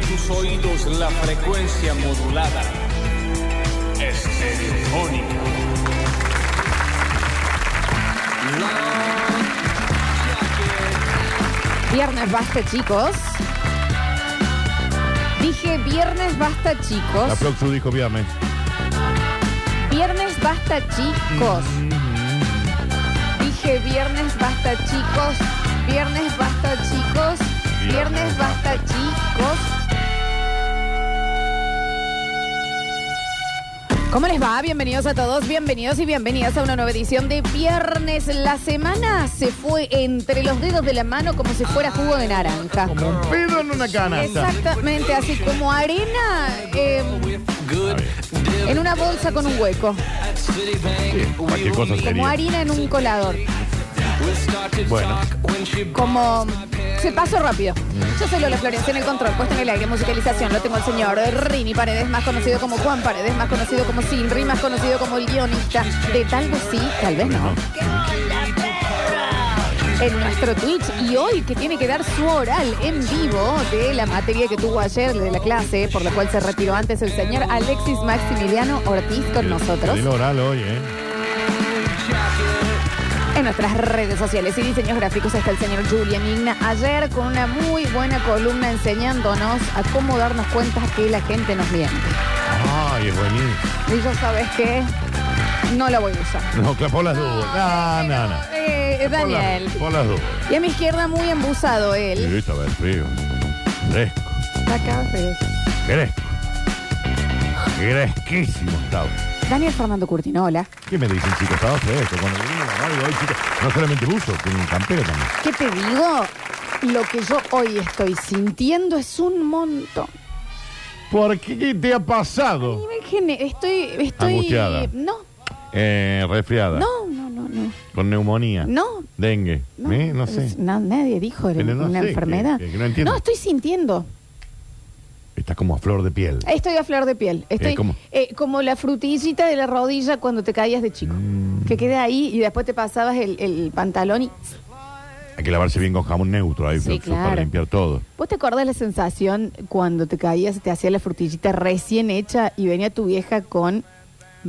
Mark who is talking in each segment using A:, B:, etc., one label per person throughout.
A: tus oídos la frecuencia modulada. Estereofónica.
B: Viernes basta, chicos. Dije viernes basta,
C: La
B: chicos.
C: Proxu dijo viernes.
B: Viernes basta, chicos. Dije viernes basta, chicos. Viernes basta, chicos. Viernes basta, chicos. ¿Cómo les va? Bienvenidos a todos, bienvenidos y bienvenidas a una nueva edición de Viernes. La semana se fue entre los dedos de la mano como si fuera jugo de naranja.
C: Como un pedo en una canasta.
B: Exactamente, así como arena eh, en una bolsa con un hueco.
C: Sí, cualquier cosa
B: Como
C: sería.
B: harina en un colador.
C: Bueno,
B: Como se pasó rápido. Yo soy Lola Florencia en el control, puesta en el aire, musicalización. Lo tengo el señor Rini Paredes, más conocido como Juan Paredes, más conocido como Sinri, más conocido como el guionista de tal vez sí, tal vez no. En nuestro Twitch y hoy que tiene que dar su oral en vivo de la materia que tuvo ayer de la clase, por la cual se retiró antes el señor Alexis Maximiliano Ortiz con nosotros.
C: el oral hoy, ¿eh?
B: En nuestras redes sociales y diseños gráficos está el señor Julian Igna ayer con una muy buena columna enseñándonos a cómo darnos cuenta que la gente nos miente.
C: Ay, es buenísimo.
B: Y yo sabes que no la voy a usar.
C: No, claro, por las dudas. No, no, no.
B: Eh,
C: Por las-
B: Daniel.
C: Por las dudas.
B: Y a mi izquierda muy embusado
C: Sí,
B: él.
C: estaba el frío. Fresco,
B: Acá, eh,
C: fresco. Fresquísimo estaba.
B: Daniel Fernando Curtino, hola.
C: ¿Qué me dicen, chicos? Estaba fresco. Cuando vinimos a Mario, hoy, chicos, no solamente buzo, tiene un campero también.
B: ¿Qué te digo? Lo que yo hoy estoy sintiendo es un montón.
C: ¿Por qué? ¿Qué te ha
B: Y
C: pasado?
B: me gene- Estoy, estoy.
C: Angustiada.
B: No,
C: Eh, resfriada.
B: no, no, no, no.
C: Con neumonía.
B: No,
C: Dengue.
B: No,
C: ¿Eh? No sé.
B: es- na- nadie dijo era
C: Pero no
B: una
C: sé,
B: enfermedad.
C: que- que no entiendo.
B: estoy sintiendo.
C: Está como a flor de piel.
B: Estoy a flor de piel. Estoy
C: Eh, ¿cómo?
B: eh, como la frutillita de la rodilla cuando te caías de chico.
C: Mm.
B: Que queda ahí y después te pasabas el, el pantalón y...
C: Hay que lavarse bien con jamón neutro ahí
B: Sí,
C: Floxu,
B: claro.
C: para limpiar todo.
B: ¿Vos te acordás la sensación cuando te caías y te hacía la frutillita recién hecha y venía tu vieja con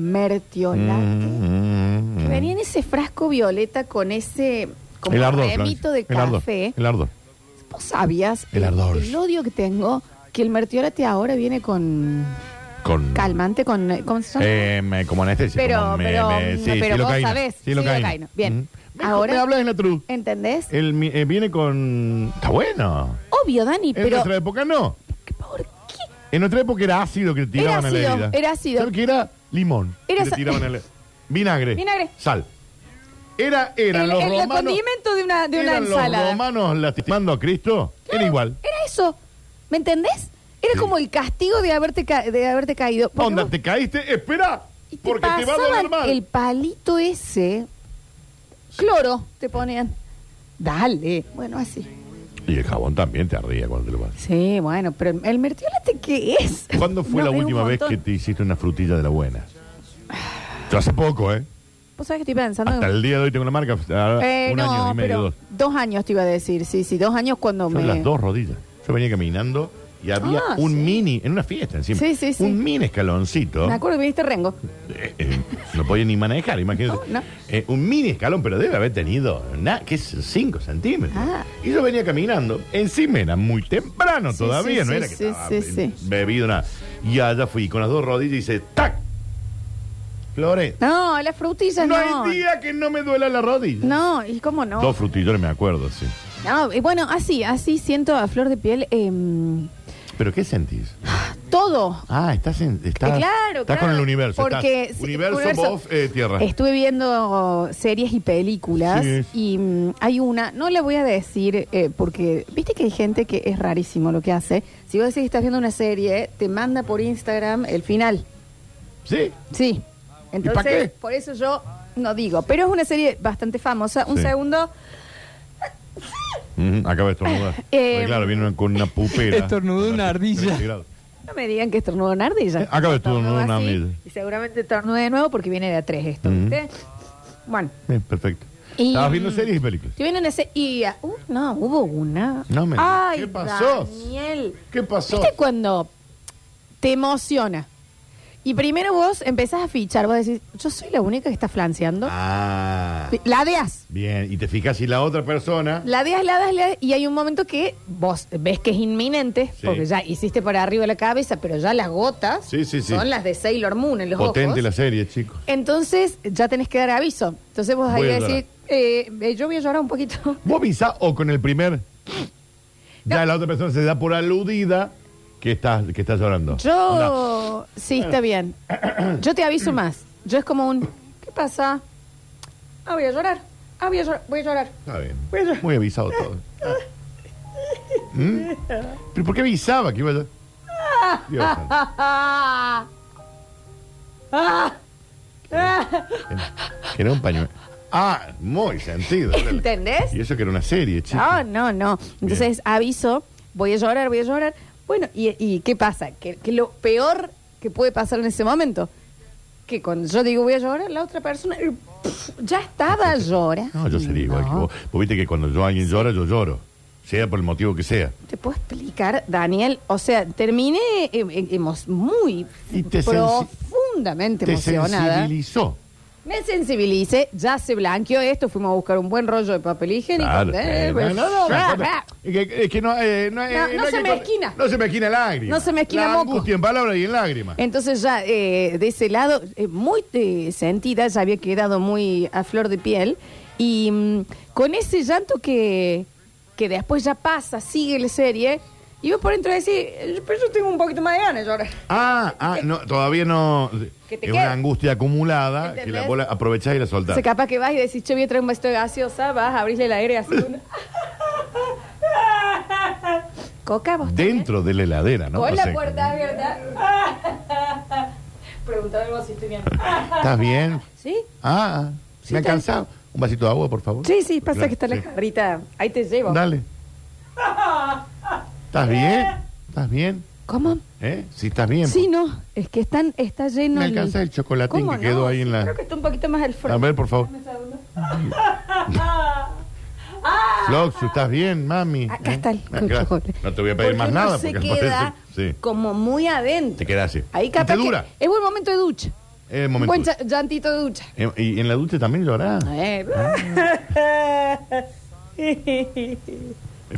B: mertiolate?
C: Mm, mm,
B: Que
C: mm.
B: venía en ese frasco violeta con ese... Como
C: el ardor,
B: remito
C: Florencia.
B: de
C: el ardor,
B: café.
C: el ardor.
B: ¿Vos sabías
C: El ardor.
B: el odio que tengo? Que el mertiolate ahora viene con
C: Con,
B: calmante, con... eh, ¿Cómo se llama?
C: Eh, me- como anestesia.
B: Pero-
C: como me-
B: pero-
C: me- sí,
B: pero vos
C: silocaína,
B: sabés,
C: silocaína.
B: silocaína. Bien.
C: Mm. Me-
B: Ahora-
C: Me hablas en la tru.
B: ¿Entendés?
C: El mi- eh, viene con... Está bueno.
B: Obvio, Dani,
C: En
B: pero
C: nuestra época no.
B: ¿por qué?
C: En nuestra época era ácido que le tiraban a la
B: ácido,
C: herida.
B: era ácido.
C: ¿Sabes qué era? Limón.
B: Era
C: que
B: sa-
C: le tiraban a la- Vinagre.
B: Vinagre.
C: Sal. Era, eran
B: El,
C: los
B: el
C: romanos...
B: condimento de una, de una
C: eran los
B: ensalada.
C: romanos lastimando a Cristo. Era igual.
B: Era eso. ¿Me entendés? Era
C: Sí.
B: como el castigo de haberte, ca- de haberte caído. Porque
C: Onda,
B: vos-
C: te caíste, espera,
B: y te
C: porque te va a doler
B: pasaban
C: mal.
B: el palito ese. Cloro te ponían. Dale. Bueno, así.
C: Y el jabón también te ardía cuando te lo pasas.
B: Sí, bueno, pero el mertiolate, ¿qué es?
C: ¿Cuándo fue
B: No,
C: la
B: es un
C: última vez
B: montón.
C: que te hiciste una frutilla de la buena? Yo hace poco, ¿eh?
B: Vos sabés que estoy pensando.
C: Hasta
B: en-
C: el día de hoy tengo la marca, ahora
B: Eh,
C: un
B: no,
C: año y medio,
B: pero
C: dos.
B: dos años te iba a decir, sí, sí, dos años cuando
C: Son
B: me...
C: las dos rodillas. Yo venía caminando y había
B: Ah,
C: un
B: sí.
C: mini, en una fiesta encima,
B: Sí, sí, sí.
C: un mini escaloncito.
B: Me acuerdo que viniste Rengo.
C: Eh, eh, no podía ni manejar, imagínate.
B: Oh, No, no.
C: Eh, un mini escalón, pero debe haber tenido, na- que es 5 centímetros.
B: Ah.
C: Y yo venía caminando, encima era muy temprano
B: Sí,
C: todavía,
B: sí,
C: no
B: sí,
C: era que
B: sí,
C: estaba
B: sí,
C: eh,
B: sí.
C: bebido nada. Y allá fui con las dos rodillas y hice ¡tac! Flores,
B: No, las
C: no,
B: frutillas no.
C: hay día que no me duela la rodilla.
B: No, y cómo no.
C: Dos frutillones, me acuerdo, sí.
B: No, y bueno, así, así siento a flor de piel em,
C: ¿Pero qué sentís?
B: todo.
C: Ah, estás, en, estás,
B: Eh, claro,
C: estás
B: claro,
C: con el universo.
B: porque
C: estás
B: sí,
C: universo,
B: universo-
C: vos, eh, tierra.
B: Estuve viendo series y películas
C: Sí.
B: y mm, hay una, no la voy a decir eh, porque viste que hay gente que es rarísimo lo que hace. Si vos decís que estás viendo una serie, te manda por Instagram el final.
C: ¿Sí?
B: Sí. Entonces,
C: pa' qué?
B: por eso yo no digo, pero es una serie bastante famosa. Un
C: Sí.
B: segundo.
C: Ujú, acaba de estornudar.
B: Eh,
C: Porque, claro, viene una- con una pupera.
D: Estornudó una ardilla.
C: 30 grados.
B: No me digan que estornudo una ardilla.
C: Eh, acabo de estornudar
B: Estornudo
C: una
B: así,
C: ardilla.
B: Y seguramente estornude de nuevo porque viene de a tres esto,
C: Ujú.
B: ¿viste? Bueno,
C: Bien, Eh, perfecto.
B: Y-
C: Estabas viendo series y películas.
B: Que vienen ese y uh, no, hubo una.
C: No me-
B: Ay,
C: ¿Qué pasó?
B: Daniel.
C: ¿Qué pasó?
B: ¿Viste cuando te emociona? Y primero vos empezás a fichar, vos decís, yo soy la única que está flanceando.
C: Ah,
B: Ladeas.
C: bien. Y te fijas si la otra persona.
B: Ladeas, ladeas, ladeas. Y hay un momento que vos ves que es inminente,
C: Sí.
B: porque ya hiciste por arriba la cabeza, pero ya las gotas
C: Sí, sí, sí.
B: son las de Sailor Moon en los
C: Potente
B: ojos.
C: la serie, chicos.
B: Entonces ya tenés que dar aviso. Entonces vos ahí
C: Voy a
B: decís, eh, eh, yo voy a llorar un poquito.
C: ¿Vos avisás o con el primer? Ya
B: No.
C: la otra persona se da por aludida que estás que estás llorando. Onda,
B: Yo, sí, está bien. Yo te aviso más. Yo es como un, ¿qué pasa? Ah, voy a llorar. Ah, voy a llorar. Voy a llorar.
C: Está bien.
B: Bueno.
C: Muy avisado todo. Ah. ¿Mm? ¿Pero por qué avisaba que iba a... Dios santo.
B: Ah, ah, ah.
C: Que era un pañuelo. Ah, muy sentido.
B: ¿Entendés? Ah,
C: Y eso que era una serie, chicos.
B: No, no, no. Entonces aviso, voy a llorar, voy a llorar. Bueno, ¿y, y qué pasa? Que, que lo peor que puede pasar en ese momento, que cuando yo digo voy a llorar, la otra persona eh, pf, ya estaba llorando.
C: No, yo sería igual que
B: No.
C: vos. Vos viste que cuando yo alguien llora, yo lloro. Sea por el motivo que sea.
B: ¿Te puedo explicar, Daniel? O sea, terminé eh, eh, emo- muy
C: Y te sensi-
B: profundamente
C: Te
B: emocionada.
C: sensibilizó.
B: Me sensibilicé, ya se blanqueó esto, fuimos a buscar un buen rollo de papel higiénico.
C: Claro,
B: ¿eh?
C: eh, no, no, no,
B: Ah,
C: no,
B: ah.
C: es que- es que no, eh, no, eh,
B: No,
C: no
B: no
C: es
B: se
C: que-
B: mezquina.
C: No se mezquina lágrima.
B: No se mezquina
C: La
B: moco.
C: angustia en palabras y en lágrimas.
B: Entonces ya eh, de ese lado, eh, muy eh, sentida, ya había quedado muy a flor de piel. Y mm, con ese llanto que, que después ya pasa, sigue la serie, y vos por dentro decís, "Eh, pero yo tengo un poquito más de ganas de llorar.
C: Ah, ah, no, todavía no.
B: Que te
C: es una
B: quede.
C: angustia acumulada que la
B: ¿Entendés?
C: bola aprovechás y la soltás.
B: O sea, capaz que vas y decís, che, voy a traer un vasito de gaseosa, vas, abrís el aire y haces una... Coca, vos también?
C: Dentro de la heladera, ¿no?
B: Con
C: O
B: la
C: sea,
B: puerta abierta. Preguntame vos si estoy bien.
C: ¿Estás bien?
B: ¿Sí?
C: Ah,
B: Sí,
C: me ha
B: está-
C: cansado. Un vasito de agua, por favor.
B: Sí, sí, pasa
C: Claro,
B: que está la
C: sí.
B: jarrita. Ahí te llevo.
C: Dale. ¿Estás bien? ¿Estás bien?
B: ¿Cómo?
C: ¿Eh? Sí, estás bien.
B: Sí,
C: po.
B: no. Es que están, está lleno.
C: Me alcanza el chocolatín
B: ¿Cómo
C: que
B: no?
C: quedó ahí en la-
B: Creo que está un poquito más al
C: A
B: frente.
C: ver, por favor. Flox, ¿estás bien, mami?
B: Ah. Acá
C: ¿Eh?
B: está el
C: Ah,
B: con
C: claro.
B: chocolate.
C: No te voy a pedir
B: Porque
C: más nada
B: no se
C: porque
B: queda
C: sí.
B: como muy adentro.
C: Te queda así.
B: Ahí
C: Y
B: capaz
C: te
B: que-
C: dura.
B: es buen momento de ducha.
C: Eh, un momento.
B: Buen cha- llantito de ducha.
C: Eh, ¿Y en la ducha también llorás?
B: Eh,
C: Ah. Eh,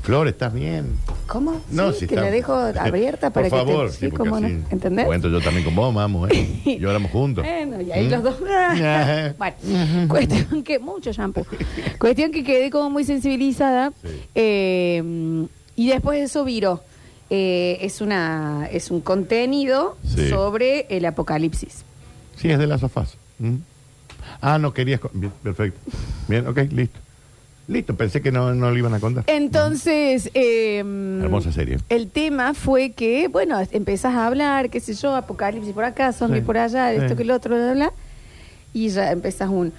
C: Flor, ¿estás bien?
B: ¿Cómo?
C: No,
B: sí,
C: sí,
B: te
C: está-
B: la dejo abierta para
C: Por
B: que
C: favor,
B: te...
C: sí, porque
B: cómo no,
C: así
B: ¿Entendés?
C: Cuento yo también con vos, vamos, ¿eh? Lloramos juntos.
B: Bueno, y ahí
C: ¿Mm?
B: los dos. bueno, cuestión que. Mucho shampoo. cuestión que quedé como muy sensibilizada.
C: Sí.
B: eh, y después eso viró. Eh, es, una, es un contenido
C: Sí.
B: sobre el apocalipsis.
C: Sí, es de las afas. ¿Mm? Ah, no querías. con- Bien, perfecto. Bien, ok, listo. Listo, pensé que no, no lo iban a contar.
B: Entonces. eh,
C: Hermosa serie.
B: El tema fue que, bueno, empezás a hablar, qué sé yo, apocalipsis por acá, zombie
C: Sí,
B: por allá,
C: sí.
B: esto que el otro, bla, bla, bla. Y ya empezás un.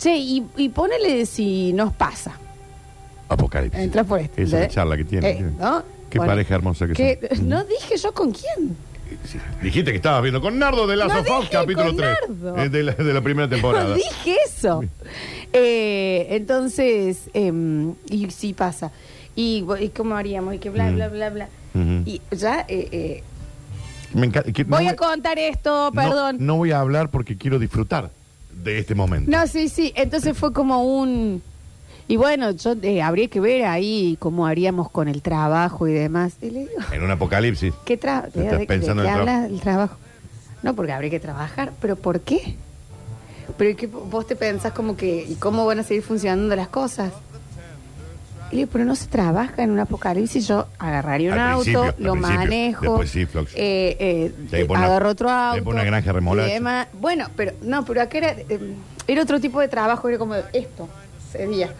B: Che, y, y ponele si nos pasa.
C: Apocalipsis.
B: Entras por este.
C: Esa es la
B: ¿entendés?
C: charla que tiene.
B: Eh, ¿no?
C: Qué
B: Bueno,
C: pareja hermosa que,
B: que-
C: son.
B: No dije yo con quién.
C: Sí. Dijiste que estabas viendo con Nardo de Lazo
B: No
C: Fox,
B: dije
C: capítulo
B: con
C: 3.
B: Nardo.
C: de, la, de la primera temporada.
B: No dije eso. Eh, entonces, em, y sí pasa. Y, bo- y cómo haríamos, y que bla,
C: Mm.
B: bla, bla, bla.
C: Ujú.
B: Y ya, eh, eh,
C: Me encanta- que no
B: voy a
C: voy-
B: contar esto,
C: no-
B: perdón.
C: No, voy a hablar porque quiero disfrutar de este momento.
B: No, sí, sí. Entonces fue como un. Y bueno, yo eh, habría que ver ahí cómo haríamos con el trabajo y demás. Y le digo,
C: En un apocalipsis.
B: ¿qué trabajo?
C: Estás pensando
B: qué
C: en el
B: hablas del trabajo? No, porque habría que trabajar. ¿Pero por qué? Pero es que vos te pensás como que. ¿Y cómo van a seguir funcionando las cosas? Y le digo, pero no se trabaja en un apocalipsis. Yo agarraría un
C: Al principio,
B: auto,
C: al
B: lo
C: principio.
B: manejo.
C: Después sí, Flox.
B: eh, eh,
C: Te hay que poner una-
B: agarro otro
C: te hay que
B: auto.
C: poner una granja de remolacha.
B: y demás. Bueno, pero no, pero acá era, eh, era otro tipo de trabajo, era como esto, sería.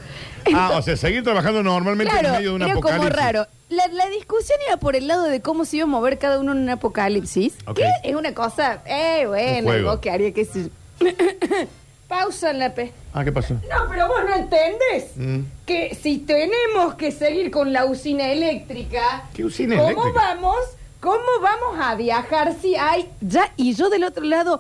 C: Ah, o sea, seguir trabajando normalmente en
B: Claro,
C: medio de un
B: era como
C: apocalipsis.
B: raro. La, la discusión era por el lado de cómo se iba a mover cada uno en un apocalipsis.
C: Ok.
B: Que es una cosa, eh,
C: Un
B: bueno,
C: juego.
B: vos que haría que se... Pausa en la pe...
C: Ah, ¿qué pasó?
B: No, pero vos no entendés
C: Mm.
B: que si tenemos que seguir con la usina eléctrica,
C: ¿Qué usina
B: ¿cómo
C: eléctrica?
B: vamos? ¿Cómo vamos a viajar si hay ya y yo del otro lado?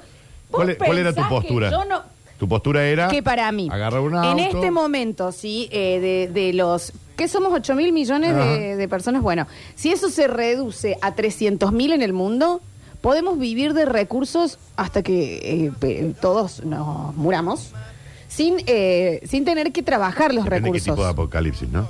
B: ¿vos
C: ¿Cuál e- cuál era
B: pensás
C: tu
B: que
C: postura?
B: Yo no,
C: ¿Tu Tu postura era.
B: que para mí,
C: Agarra un
B: en
C: auto.
B: este momento, sí, eh, de, de los que somos 8 mil millones de,
C: Ajá.
B: de personas, bueno, si eso se reduce a 300 mil en el mundo, podemos vivir de recursos hasta que eh, pe- todos nos muramos. Sin, eh, sin tener que trabajar los
C: Depende de qué
B: recursos.
C: tipo de apocalipsis, ¿no?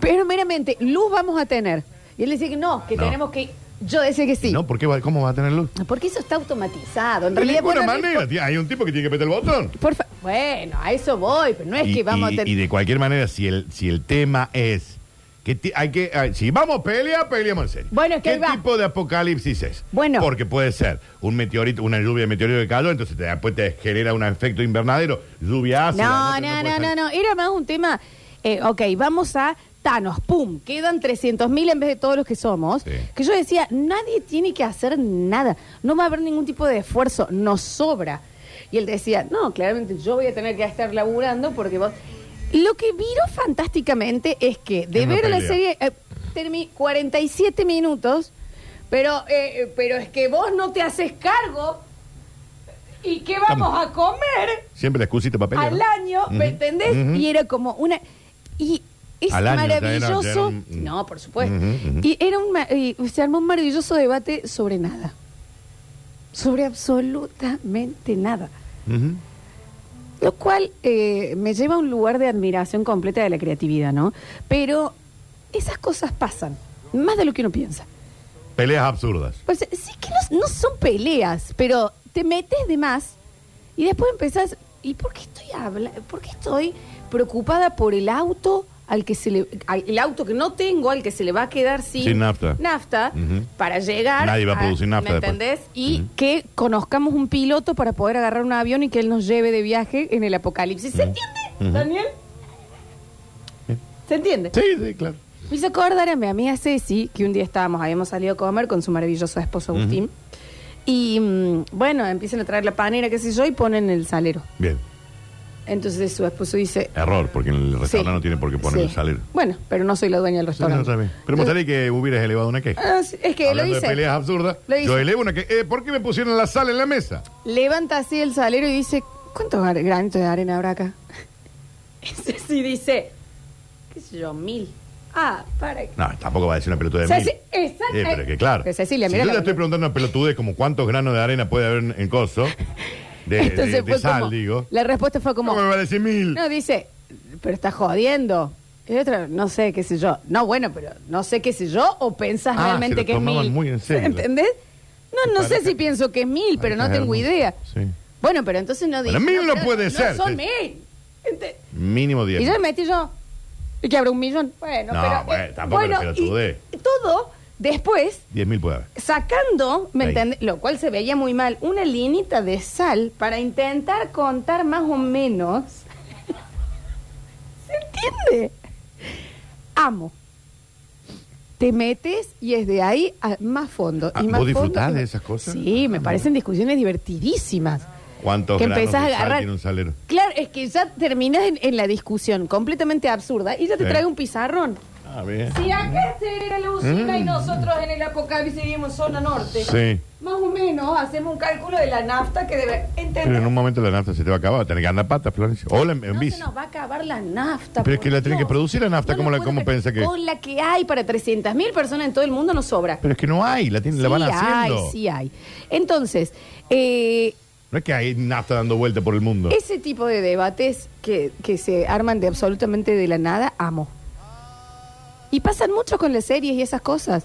B: Pero meramente, luz vamos a tener. Y él decía que no, que
C: No.
B: tenemos que. Yo decía que sí.
C: No, ¿por qué va- ¿cómo va a tener luz?
B: Porque eso está automatizado. En
C: De
B: realidad,
C: ninguna
B: bueno,
C: manera. tía, Hay un tipo que tiene que apretar el botón.
B: por fa- bueno, a eso voy, pero no es
C: y,
B: que vamos
C: y-
B: a tener.
C: y de cualquier manera, si el, si el tema es que ti- hay que ay, si vamos a pelear, peleamos en serio.
B: Bueno, es que
C: ¿Qué
B: ahí va.
C: tipo de apocalipsis es?
B: Bueno.
C: Porque puede ser un meteorito, una lluvia de meteorito que cayó, entonces te- después te genera un efecto invernadero, lluvia ácida.
B: No,
C: Entonces
B: no,
C: puede
B: no, no,
C: ser-
B: no. Era más un tema. eh, ok, vamos a Thanos, pum, quedan 300.000 en vez de todos los que somos.
C: Sí.
B: Que yo decía, nadie tiene que hacer nada. No va a haber ningún tipo de esfuerzo, nos sobra. Y él decía, no, claramente yo voy a tener que estar laburando porque vos. Lo que viro fantásticamente es que de
C: Es una
B: ver la
C: pelea.
B: serie, eh, termi- 47 minutos, pero, eh, eh, pero es que vos no te haces cargo. ¿Y qué vamos
C: Estamos-
B: a comer?
C: Siempre la excusita para pelear.
B: al
C: ¿no?
B: año,
C: Ujú,
B: ¿me entendés?
C: ujú.
B: Y era como una... Y es
C: Al año, ya era- ya era
B: maravilloso...
C: un- mm.
B: No, por supuesto.
C: Ujú, ujú.
B: Y era un, ma- y se armó un maravilloso debate sobre nada. Sobre absolutamente nada.
C: Ujú.
B: Lo cual eh, me lleva a un lugar de admiración completa de la creatividad, ¿no? Pero esas cosas pasan, más de lo que uno piensa.
C: Peleas absurdas.
B: Pues, sí que no, no son peleas, pero te metes de más y después empezás, ¿y por qué estoy habla por qué estoy preocupada por el auto al que se le al- el auto que no tengo, al que se le va a quedar sin,
C: Sin nafta.
B: nafta,
C: Ujú.
B: para llegar
C: Nadie va a producir nafta
B: ¿me
C: después.
B: entendés? Y
C: Ujú.
B: que conozcamos un piloto para poder agarrar un avión y que él nos lleve de viaje en el apocalipsis. ¿Se entiende?
C: Ujú.
B: Daniel
C: Bien.
B: ¿Se entiende?
C: Sí, sí, claro.
B: Me hizo acordar a mi amiga Ceci, que un día estábamos, habíamos salido a comer con su maravilloso esposo Agustín. Y mm, bueno, empiezan a traer la panera, qué sé yo, y ponen el salero.
C: Bien.
B: Entonces su esposo dice.
C: Error, porque en el restaurante
B: sí,
C: no tiene por qué poner
B: sí.
C: el salir.
B: Bueno, pero no soy la dueña del
C: Sí, no,
B: restaurante.
C: está bien. Pero me gustaría que hubieras elevado una queja.
B: Ah, sí, es que lo
C: Hablando
B: dice.
C: de peleas absurdas.
B: Lo dice.
C: Yo elevo una que. eh, ¿Por qué me pusieron la sal en la mesa?
B: Levanta así el salero y dice: ¿Cuántos ar- granitos de arena habrá acá? Y Ceci dice: ¿Qué sé yo? Mil. Ah, para qué.
C: No, tampoco va a decir una pelotude de
B: Ceci-
C: mil.
B: exacto.
C: Eh, pero que claro.
B: Que Cecilia,
C: si
B: mira
C: yo
B: la-
C: le estoy preguntando una pelotude como cuántos granos de arena puede haber en, en coso, de,
B: Entonces
C: de- de
B: fue
C: sal,
B: como-
C: digo.
B: La respuesta fue como.
C: ¿Cómo me va a decir mil?
B: No, dice, pero estás jodiendo. Y otra, no sé, qué sé yo. No, bueno, pero no sé qué sé yo o pensás
C: Ah,
B: realmente
C: se lo
B: que es
C: tomaban
B: mil.
C: muy en serio.
B: ¿Entendés? No, no
C: Para
B: sé
C: que-
B: si pienso que es mil, pero no
C: Parejas
B: tengo
C: hermosas.
B: idea.
C: Sí.
B: Bueno, pero entonces no digas.
C: Pero mil no
B: pero
C: puede ser.
B: son
C: Sí.
B: mil. Ente-
C: Mínimo diez.
B: Y yo me metí yo. ¿Y que habrá un millón? Bueno,
C: No,
B: pero. eh,
C: bueno, tampoco
B: bueno,
C: era pelotudez.
B: y, todo después
C: Diez mil puede haber.
B: sacando, ¿me
C: Ahí.
B: entendés? Lo cual se veía muy mal, una linita de sal para intentar contar más o menos. ¿Se entiende? Amo. Te metes y es de ahí a más fondo.
C: Ah,
B: y más
C: ¿vos
B: fondo,
C: disfrutás
B: y más-
C: de esas cosas?
B: Sí, me
C: Ah,
B: parecen discusiones divertidísimas.
C: ¿Cuántos
B: Que
C: granos de
B: empezás a
C: sal
B: agarrar.
C: tiene un salero?
B: Claro, es que ya terminas en, en la discusión completamente absurda y ya te
C: Sí.
B: trae un pizarrón.
C: Ah, bien.
B: Si acá era la usina y nosotros en el apocalipsis vivimos zona norte.
C: Mm. Sí.
B: Más o menos hacemos un cálculo de la nafta que debe.
C: Pero
B: ¿Entendés?
C: en un
B: No
C: momento la nafta se te va a acabar, va a tener que andar a pata, Florencia. O la, en bici.
B: se nos va a acabar la nafta.
C: Pero es
B: por
C: que la tienen
B: Dios.
C: que producir la nafta,
B: No
C: ¿cómo
B: lo
C: la-
B: puedo
C: cómo
B: creer.
C: piensa que-
B: Con la que hay para 300.000 personas en todo el mundo no sobra.
C: Pero es que no hay, la, tienen, la van
B: sí
C: haciendo.
B: hay, sí hay. Entonces, eh,
C: No es que hay nafta dando vuelta por el mundo.
B: ese tipo de debates que, que se arman de absolutamente de la nada, amo. Y pasan mucho con las series y esas cosas.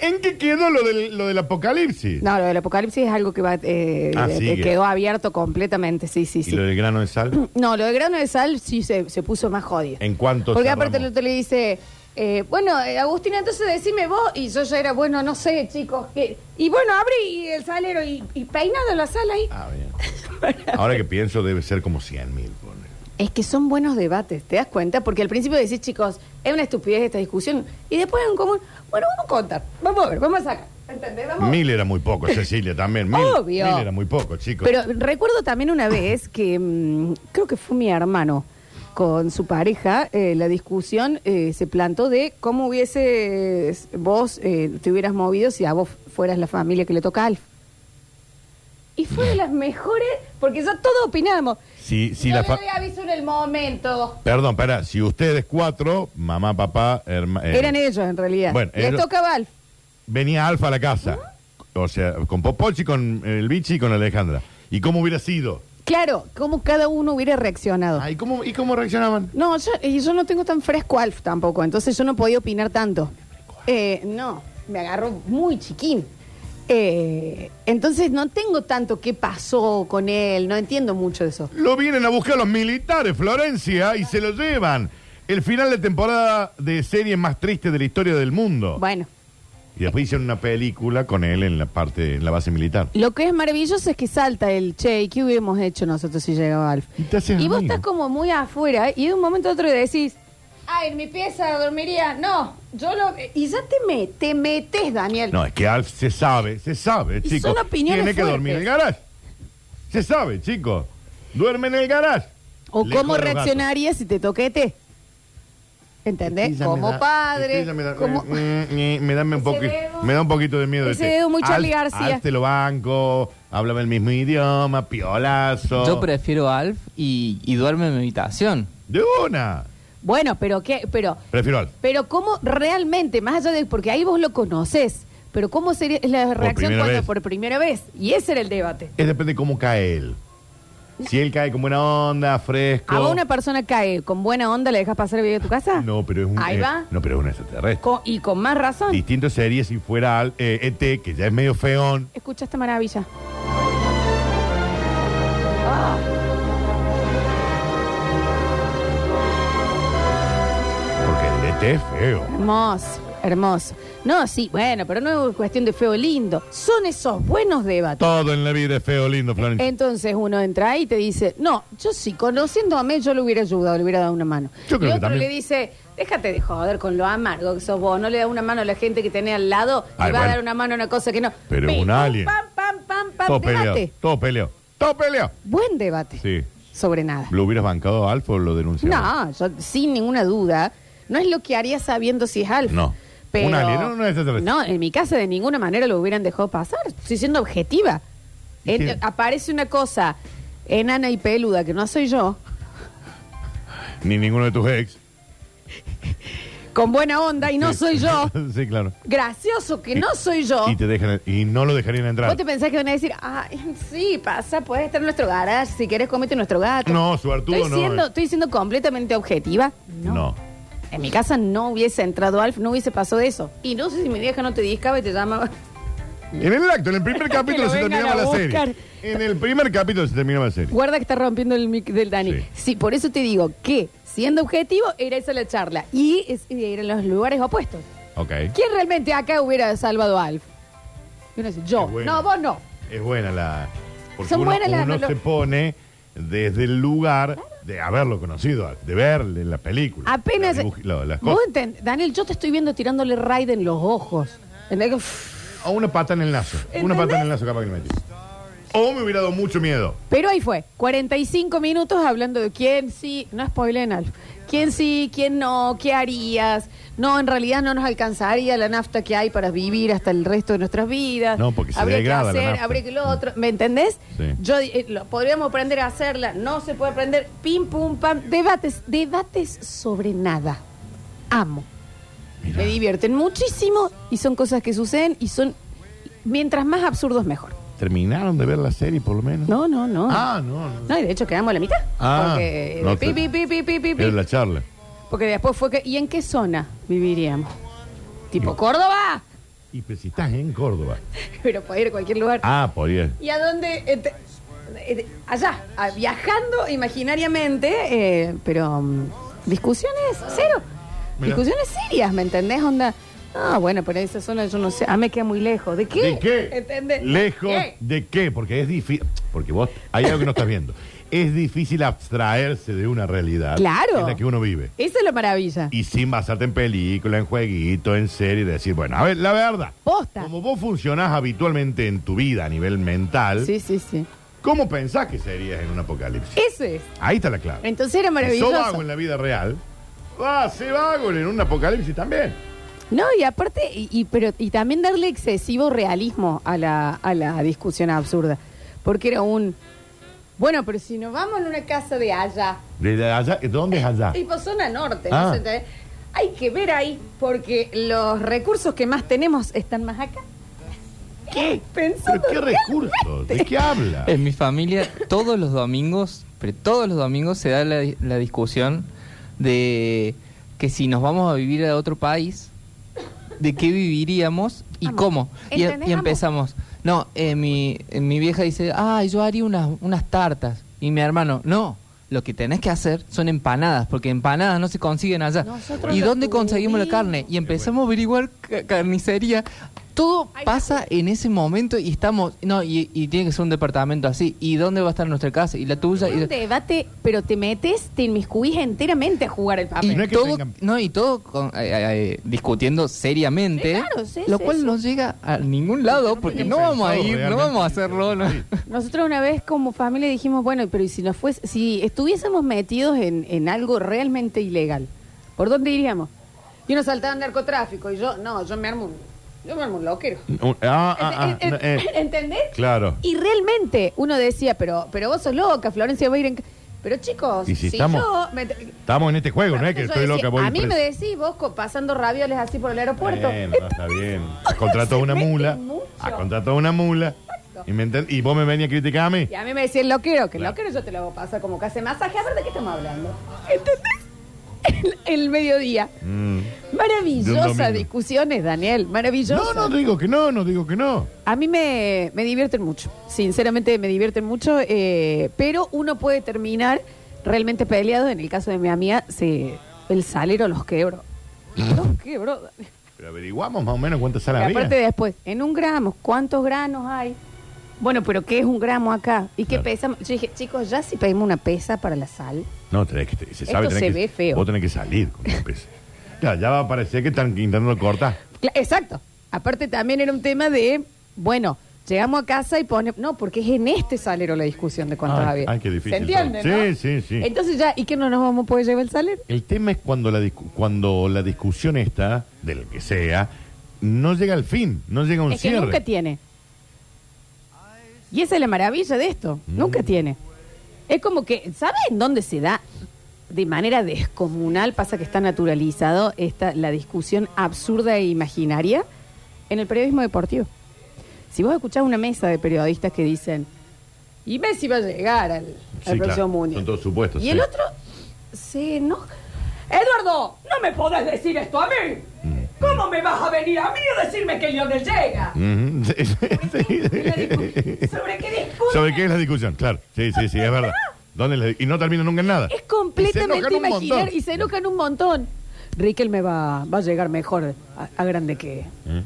C: ¿En qué quedó lo del, lo del apocalipsis?
B: No, lo del apocalipsis es algo que va, eh,
C: Ah,
B: eh,
C: sigue.
B: quedó abierto completamente, sí, sí,
C: ¿Y
B: sí.
C: lo del grano de sal?
B: No, lo de grano de sal sí se, se puso más jodido.
C: ¿En cuánto
B: Porque
C: cerramos?
B: aparte el otro le dice, eh, bueno, eh, Agustina, entonces decime vos. Y yo ya era, bueno, no sé, chicos. ¿qué? Y bueno, abre y el salero y, y peinado la sala ahí.
C: Ah, bien. Ahora que pienso, debe ser como 100 mil.
B: Es que son buenos debates, ¿te das cuenta? Porque al principio decís, chicos, es una estupidez esta discusión. Y después en común, bueno, vamos a contar, vamos a ver, vamos a sacar. ¿Entendés? Vamos a-
C: Mil era muy poco, Cecilia, también. Mil,
B: Oh. Obvio.
C: Mil era muy poco, chicos.
B: Pero recuerdo también una vez que mm, creo que fue mi hermano con su pareja, eh, la discusión eh, se plantó de cómo hubiese eh, vos eh, te hubieras movido si a vos fueras la familia que le toca a Alf. Y fue de las mejores, porque ya todos opinamos.
C: Si, si
B: Yo
C: la
B: le
C: fa-
B: doy aviso en el momento.
C: Perdón, pará. Si ustedes cuatro, mamá, papá, hermano.
B: Eran ellos en realidad.
C: Eh. Bueno,
B: Les
C: ellos-
B: tocaba al.
C: venía Alfa a la casa.
B: ¿Mm?
C: O sea, con Popochi, con el Bichi y con Alejandra. ¿Y cómo hubiera sido?
B: Claro, cómo cada uno hubiera reaccionado.
C: Ah, ¿y, cómo, ¿Y cómo reaccionaban?
B: No, yo, y yo no tengo tan fresco Alf tampoco, entonces yo no podía opinar tanto. Eh, no, me agarró muy chiquín. Eh, entonces no tengo tanto qué pasó con él, no entiendo mucho de eso.
C: Lo vienen a buscar los militares, Florencia, y se lo llevan. El final de temporada de serie más triste de la historia del mundo.
B: Bueno,
C: Y después hicieron una película con él en la parte, en la base militar.
B: lo que es maravilloso es que salta el che, ¿y qué hubiéramos hecho nosotros si llegaba Alf?
C: Y te haces
B: Y vos
C: amigo.
B: estás como muy afuera y de un momento a otro decís, ay, en mi pieza dormiría. No, yo lo. Y ya te, me, te metes, Daniel.
C: No, es que Alf se sabe, se sabe,
B: Y
C: chicos.
B: son opiniones
C: Tiene que
B: fuertes.
C: dormir en el garage. Se sabe, chicos. Duerme en el garage.
B: O
C: Lejos
B: cómo
C: de los gatos.
B: reaccionarías si te toquete. ¿Entendés?
C: Ella
B: Como
C: me da-
B: padre.
C: ella Me da,
B: como-
C: eh, eh, me da un
B: Ese
C: poqui-
B: dedo.
C: me da un poquito de miedo.
B: Ese
C: este.
B: dedo muy Charlie
C: Al-
B: García.
C: Al te lo banco, hablaba el mismo idioma, piolazo.
D: Yo prefiero Alf y, y duerme en mi habitación.
C: De una.
B: Bueno, pero qué, pero,
C: Prefiero al.
B: pero cómo realmente, más allá de, porque ahí vos lo conoces, pero cómo sería la reacción
C: primera
B: cuando
C: vez.
B: por primera vez. Y ese era el debate.
C: Es depende de cómo cae él. Si él cae con buena onda, fresco.
B: ¿A vos una persona cae con buena onda, le dejas pasar el video de tu casa?
C: No, pero es un.
B: Ahí
C: eh,
B: va.
C: No, pero es un extraterrestre.
B: Co- y con más razón.
C: Distinto sería si fuera al eh, ET, que ya es medio feón.
B: Escucha esta maravilla.
C: Porque el ET es feo.
B: Hermoso, hermoso. No, sí, bueno, pero no es cuestión de feo lindo. Son esos buenos debates.
C: Todo en la vida es feo, lindo, Florencia.
B: Entonces uno entra ahí y te dice, no, yo sí, conociéndome yo le hubiera ayudado, le hubiera dado una mano.
C: Yo creo
B: y
C: que
B: otro
C: también.
B: le dice, déjate de joder con lo amargo que sos vos, no le da una mano a la gente que tenés al lado y va
C: Ay,
B: a
C: Ah, bueno.
B: dar una mano a una cosa que no.
C: Pero
B: Pim,
C: un
B: pum,
C: alien.
B: Pam, pam, pam, pam,
C: Todo
B: debate.
C: peleado. Todo peleado. Todo peleado.
B: Buen debate
C: Sí.
B: sobre nada.
C: ¿Lo hubieras bancado a Alfa o lo denunciabas?
B: No, yo sin ninguna duda, no es lo que haría sabiendo si es alfa.
C: No.
B: Pero,
C: Un alien, no, no es extraterrestre.
B: No, en mi casa de ninguna manera lo hubieran dejado pasar. Estoy siendo objetiva.
C: ¿Y
B: En-
C: qué?
B: aparece una cosa enana y peluda que no soy yo,
C: Ni ninguno de tus ex.
B: con buena onda y no
C: Sí.
B: soy yo,
C: sí, claro.
B: gracioso que
C: Y-
B: no soy yo.
C: Y, te dejan, y no lo dejarían entrar.
B: Vos te pensás que van a decir, ay, sí, pasa, puedes estar en nuestro garage, si querés comete nuestro gato.
C: No, suertudo
B: estoy
C: no,
B: Siendo,
C: eh.
B: Estoy siendo completamente objetiva.
C: No.
B: En mi casa no hubiese entrado Alf, no hubiese pasado eso. Y no sé si mi vieja no te discaba y te llamaba.
C: En el acto, en el primer capítulo
B: lo
C: se
B: vengan
C: terminaba
B: a
C: la
B: buscar.
C: serie. En el primer capítulo se terminaba la serie.
B: Guarda que está rompiendo el mic del Dani. Sí.
C: Sí.
B: por eso te digo que, siendo objetivo, era esa la charla. Y es, ir en los lugares opuestos.
C: Ok.
B: ¿Quién realmente acá hubiera salvado a Alf? Y uno dice, yo.
C: Qué bueno.
B: No, vos no.
C: Es buena la. Porque
B: Son
C: uno,
B: buenas las-
C: uno
B: los-
C: se pone desde el lugar de haberlo conocido, de verle la película.
B: Apenas.
C: la dibuj- la- las
B: Vos
C: cosas.
B: enten- Daniel, yo te estoy viendo tirándole raid en los ojos. En el- Uf.
C: O una pata en el lazo. Una
B: ¿Entendés?
C: pata en el lazo capaz que le metí. O me hubiera dado mucho miedo.
B: Pero ahí fue, 45 minutos hablando de quién sí, no spoilen Alf, quién sí, quién no, qué harías. No, en realidad no nos alcanzaría la nafta que hay para vivir hasta el resto de nuestras vidas.
C: No, porque se
B: habría
C: degrada
B: que
C: la
B: hacer,
C: nafta. Mm.
B: habría que lo otro, ¿me entendés?
C: Sí.
B: Yo eh, lo- podríamos aprender a hacerla, no se puede aprender, pim pum pam, debates, debates sobre nada. Amo. Me divierten muchísimo y son cosas que suceden y son mientras más absurdos mejor.
C: ¿Terminaron de ver la serie por lo menos?
B: No, no, no.
C: Ah, no, no.
B: No, y de hecho quedamos a la mitad.
C: Ah,
B: porque,
C: no
B: pi,
C: te-
B: pi, pi, pi, pi, pi, pi.
C: Era la charla.
B: porque después fue que... ¿Y en qué zona viviríamos? Tipo Córdoba,
C: Y pues si estás en Córdoba.
B: pero puede ir a cualquier lugar.
C: Ah, podía.
B: ¿Y a dónde? Eh, te- eh, allá, ah, viajando imaginariamente, eh, pero mm, discusiones cero.
C: Mirá.
B: Discusiones serias, ¿me entendés? Onda... Ah, bueno, pero esa zona yo no sé. Ah, me queda muy lejos. ¿De qué?
C: ¿De qué?
B: ¿Entendés?
C: Lejos
B: ¿Qué?
C: de qué, porque es difícil, porque vos hay algo que no estás viendo. Es difícil abstraerse de una realidad
B: Claro.
C: en la que uno vive.
B: Esa es la maravilla.
C: Y sin basarte en película, en jueguito, en serie, decir, bueno, a ver, la verdad.
B: Posta.
C: Como vos funcionás habitualmente en tu vida a nivel mental,
B: Sí, sí, sí.
C: ¿cómo pensás que serías en un apocalipsis?
B: Eso es.
C: Ahí está la clave.
B: Entonces era
C: Si
B: maravilloso.
C: sos vago en la vida real, va a ser vago en un apocalipsis también.
B: No, y aparte, y, y- pero, y también darle excesivo realismo a la, a la discusión absurda. Porque era un. Bueno, pero si nos vamos a una casa de allá,
C: ¿De allá? ¿Dónde es allá?
B: tipo zona norte,
C: Ah.
B: ¿no se entiende? Hay que ver ahí, porque los recursos que más tenemos están más acá. ¿Qué?
C: ¿Pero
B: Pensando.
C: qué
B: realmente.
C: recursos? ¿De qué habla?
D: En mi familia, todos los domingos, pero todos los domingos se da la, la discusión de que si nos vamos a vivir a otro país, de qué viviríamos y
B: Amo.
D: cómo. Y,
B: ¿Entendés,
D: y
B: amo?
D: empezamos. No, eh, mi, eh, mi vieja dice, ah, yo haría unas, unas tartas. Y mi hermano, no. Lo que tenés que hacer son empanadas, porque empanadas no se consiguen allá.
B: Nosotros
D: ¿Y
B: lo
D: dónde conseguimos la carne? Y empezamos a averiguar ca- carnicería. Todo
B: Ay,
D: pasa en ese momento y estamos, no, y, y tiene que ser un departamento así. ¿Y dónde va a estar nuestra casa? ¿Y la tuya?
B: Un
D: Y,
B: debate, pero te metes, te inmiscuís enteramente a jugar el
D: y
B: papel.
C: Y no es que
D: Ah, todo,
C: tengan-
D: no, y todo con- eh, eh, eh, discutiendo seriamente,
B: Sí, claro, sí,
D: lo
B: sí,
D: cual
B: sí.
D: no llega a ningún lado porque no vamos a ir, no vamos a hacerlo. no.
C: Sí.
B: Nosotros una vez como familia dijimos, bueno, pero ¿y si nos fuese, si estuviésemos metidos en, en algo realmente ilegal, ¿por dónde iríamos? Y nos saltaban narcotráfico y yo, no, yo me armo un, yo me armo un loquero.
C: Un- ah, ah, ah,
B: Ent-
C: eh,
B: ent- ¿Entendés?
C: claro.
B: Y realmente uno decía, pero, pero vos sos loca, Florencia va a ir en... ca-". Pero chicos,
C: Y si estamos-
B: yo... me-
C: Estamos en este juego, no es que
B: Yo
C: estoy
B: decía,
C: loca. Voy
B: a mí
C: preso.
B: me decís vos co- pasando ravioles así por el aeropuerto.
C: Bueno, no, está bien. Ha contratado
B: Se
C: una
B: meten
C: mula. Ah,
B: mucho.
C: Ha contratado una mula. ¿Y, me enten- y vos me venís a criticar a mí.
B: Y a mí me decía el loquero, que el
C: Claro.
B: loquero yo te lo hago pasar como que hace masaje. A ver, ¿de qué estamos hablando? ¿Entendés? El, el mediodía.
C: Mm. De un
B: Maravillosas
C: domingo.
B: discusiones, Daniel.
C: No,
B: Maravillosas.
C: no digo que no, no digo que no.
B: A mí me, me divierten mucho. Sinceramente, me divierten mucho. eh, pero uno puede terminar realmente peleado. En el caso de mi amiga, se, el salero los quebró.
C: Ah.
B: Los quebró, Daniel.
C: Pero averiguamos más o menos cuántas salas
B: Y
C: había.
B: aparte después, en un gramo, ¿cuántos granos hay? Bueno, pero ¿qué es un gramo acá? ¿Y qué
C: Claro.
B: pesa? Yo dije, chicos, ya si pedimos una pesa para la sal.
C: No, tenés que, se sabe,
B: Esto
C: tenés
B: se
C: que-
B: ve feo.
C: Vos tenés que salir con la PC. Ya, ya va a parecer que están intentando cortar.
B: Cla- Exacto. Aparte también era un tema de, bueno, llegamos a casa y pone, no, porque es en este salero la discusión de cuántos
C: Ay,
B: había.
C: ay, qué difícil
B: ¿Se entiende?
C: todo.
B: no?
C: Sí, sí, sí.
B: Entonces ya, ¿y qué no nos vamos a poder llevar el salero?
C: El tema es cuando la, discu- cuando la discusión esta, de lo que sea, no llega al fin, no llega a un
B: es
C: cierre.
B: que nunca tiene. Y esa es la maravilla de esto.
C: Mm.
B: Nunca tiene. Es como que, ¿sabes en dónde se da? De manera descomunal pasa que está naturalizado esta, la discusión absurda e imaginaria en el periodismo deportivo. Si vos escuchás una mesa de periodistas que dicen, y Messi va a llegar al, al
C: Sí,
B: próximo
C: claro.
B: mundial.
C: Son todos supuestos,
B: Y
C: sí.
B: el otro se enoja. Eduardo, no me podés decir esto a mí.
C: Mm,
B: ¿Cómo me vas a venir a mí a decirme que Lionel llega?
C: Ujú, sí, sí,
B: La
C: sí.
B: discu- ¿Sobre qué discuten?
C: ¿Sobre qué es la discusión? Claro, sí, sí, sí, es verdad. ¿Dónde la- y no termina nunca en nada.
B: Es
C: Y se
B: completamente
C: enojan un
B: imaginar
C: montón.
B: y se enojan un montón. Riquel me va, va a llegar mejor a, a grande que
C: ¿Eh?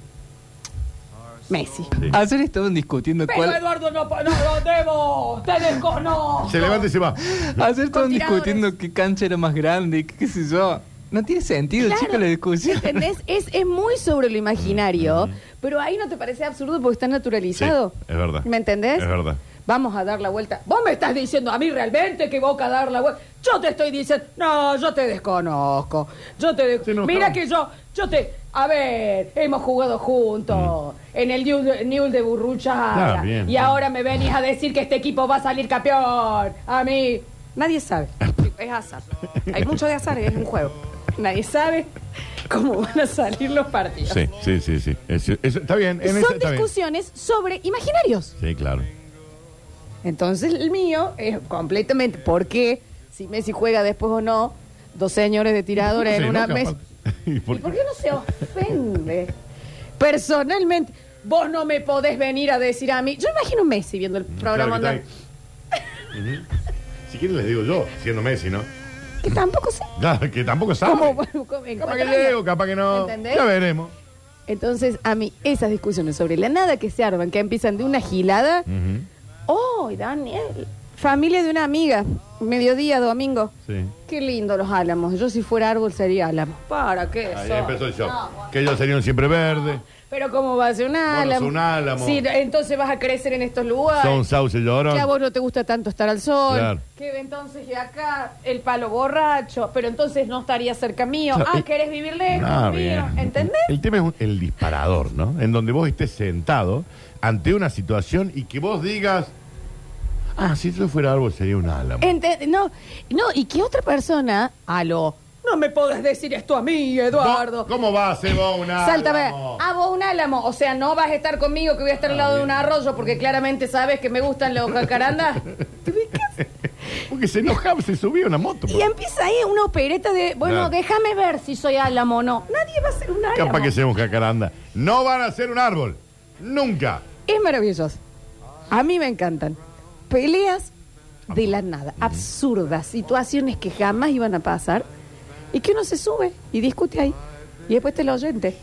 B: Messi.
C: ¿Mm?
D: Ayer estaban discutiendo
E: Pero
D: cuál...
E: Eduardo no, no lo debo, te desconozco.
C: Se levanta y se va.
D: Ayer
B: Con
D: estaban
B: tiradores.
D: discutiendo qué cancha era más grande, qué, qué sé yo. No tiene sentido,
B: Claro,
D: chicos, la discusión.
B: ¿Entendés? Es, es muy sobre lo imaginario, pero ahí no te parece absurdo porque está naturalizado.
C: Mm. Sí, es verdad.
B: ¿Me entendés?
C: Es verdad.
B: Vamos a dar la vuelta.
E: Vos me estás diciendo a mí realmente que Boca dar la vuelta. Yo te estoy diciendo, no, yo te desconozco. Yo te de-
C: Se enojaron.
E: Mira que yo, yo te. A ver, hemos jugado juntos en el Newell Newell de Burruchaga.
C: Mm. Ah, bien,
E: y
C: bien.
E: ahora me venís a decir que este equipo va a salir campeón. A mí.
B: Nadie sabe. Es azar. Hay mucho de azar, es un juego. Nadie sabe cómo van a salir los partidos.
C: Sí, sí, sí, sí. Es- es- está bien. En ese-
B: Son
C: está bien.
B: discusiones sobre imaginarios.
C: Sí, claro.
B: Entonces el mío es completamente porque si Messi juega después o no, dos señores de tiradores
C: Se
B: en una
C: enoja,
B: mesa.
C: aparte. ¿Y por
B: ¿Y
C: qué?
B: por qué no se ofende?
E: Personalmente,
B: Vos no me podés venir a decir a mí. Yo imagino un Messi viendo el
C: Claro
B: programa
C: que está
B: online.
C: ahí. Ujú. Si quieren les digo yo, siendo Messi, ¿no?
B: Que tampoco sé
C: Claro, que tampoco sabe.
B: cómo cómo
C: Capaz que
B: encuentran.
C: llego, capaz que no.
B: ¿Entendés?
C: Ya veremos.
B: Entonces, a mí, esas discusiones sobre la nada que se arman, que empiezan de una gilada.
C: Ujú,
B: ¡Oh, Daniel! Familia de una amiga, mediodía, domingo.
C: Sí.
B: Qué lindo los álamos. Yo si fuera árbol sería álamo. ¿Para qué?
C: Ahí
B: soy?
C: empezó el show. Que ellos serían siempre verdes.
B: Pero ¿cómo va a ser un álamo?
C: sos un álamo.
B: Sí, entonces vas a crecer en estos lugares.
C: Son sauce llorón.
B: Que a vos no te gusta tanto estar al sol.
C: Claro.
B: Que entonces de acá el palo borracho. Pero entonces no estaría cerca mío.
C: Claro,
B: Ah,
C: y-
B: querés vivir lejos
C: Ah,
B: mío.
C: bien.
B: ¿Entendés?
C: El tema es un- el disparador, ¿no? En donde vos estés sentado ante una situación y que vos digas, Ah, si eso fuera árbol sería un álamo.
F: Ente- no, no, y que otra persona, aló,
B: No me podés decir esto a mí, Eduardo.
C: ¿Vos- ¿Cómo va a ser vos un álamo?
B: Salta, a vos un álamo. O sea, no vas a estar conmigo que voy a estar
C: Ah,
B: al lado de un arroyo porque claramente sabes que me gustan los jacarandas. ¿Te ubicas?
C: Porque se enojaba, se subía a una moto.
B: Y empieza ahí una opereta de, bueno,
C: Claro.
B: déjame ver si soy álamo o no. Nadie va a ser un álamo.
C: Capaz que sea un jacaranda. No van a ser un árbol. Nunca.
B: Es maravilloso. A mí me encantan. Peleas de la nada, absurdas, situaciones que jamás iban a pasar y que uno se sube y discute ahí. Y después te lo oyente.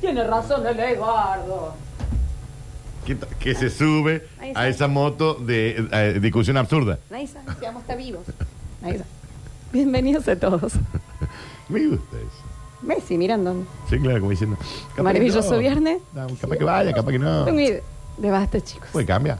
B: Tiene razón el Eduardo.
C: Que, ta- que se sube
B: Ahí está.
C: a esa moto de eh, discusión absurda.
B: Nadie sabe, seamos está vivos. Nadie sabe. Bienvenidos a todos.
C: Me gusta eso.
B: Messi, mirando.
C: Sí, claro, como diciendo. capaz que
B: Maravilloso
C: no.
B: viernes.
C: No, capaz que vaya, capaz que no.
B: Tengo idea. De basta, chicos.
C: Puede cambiar.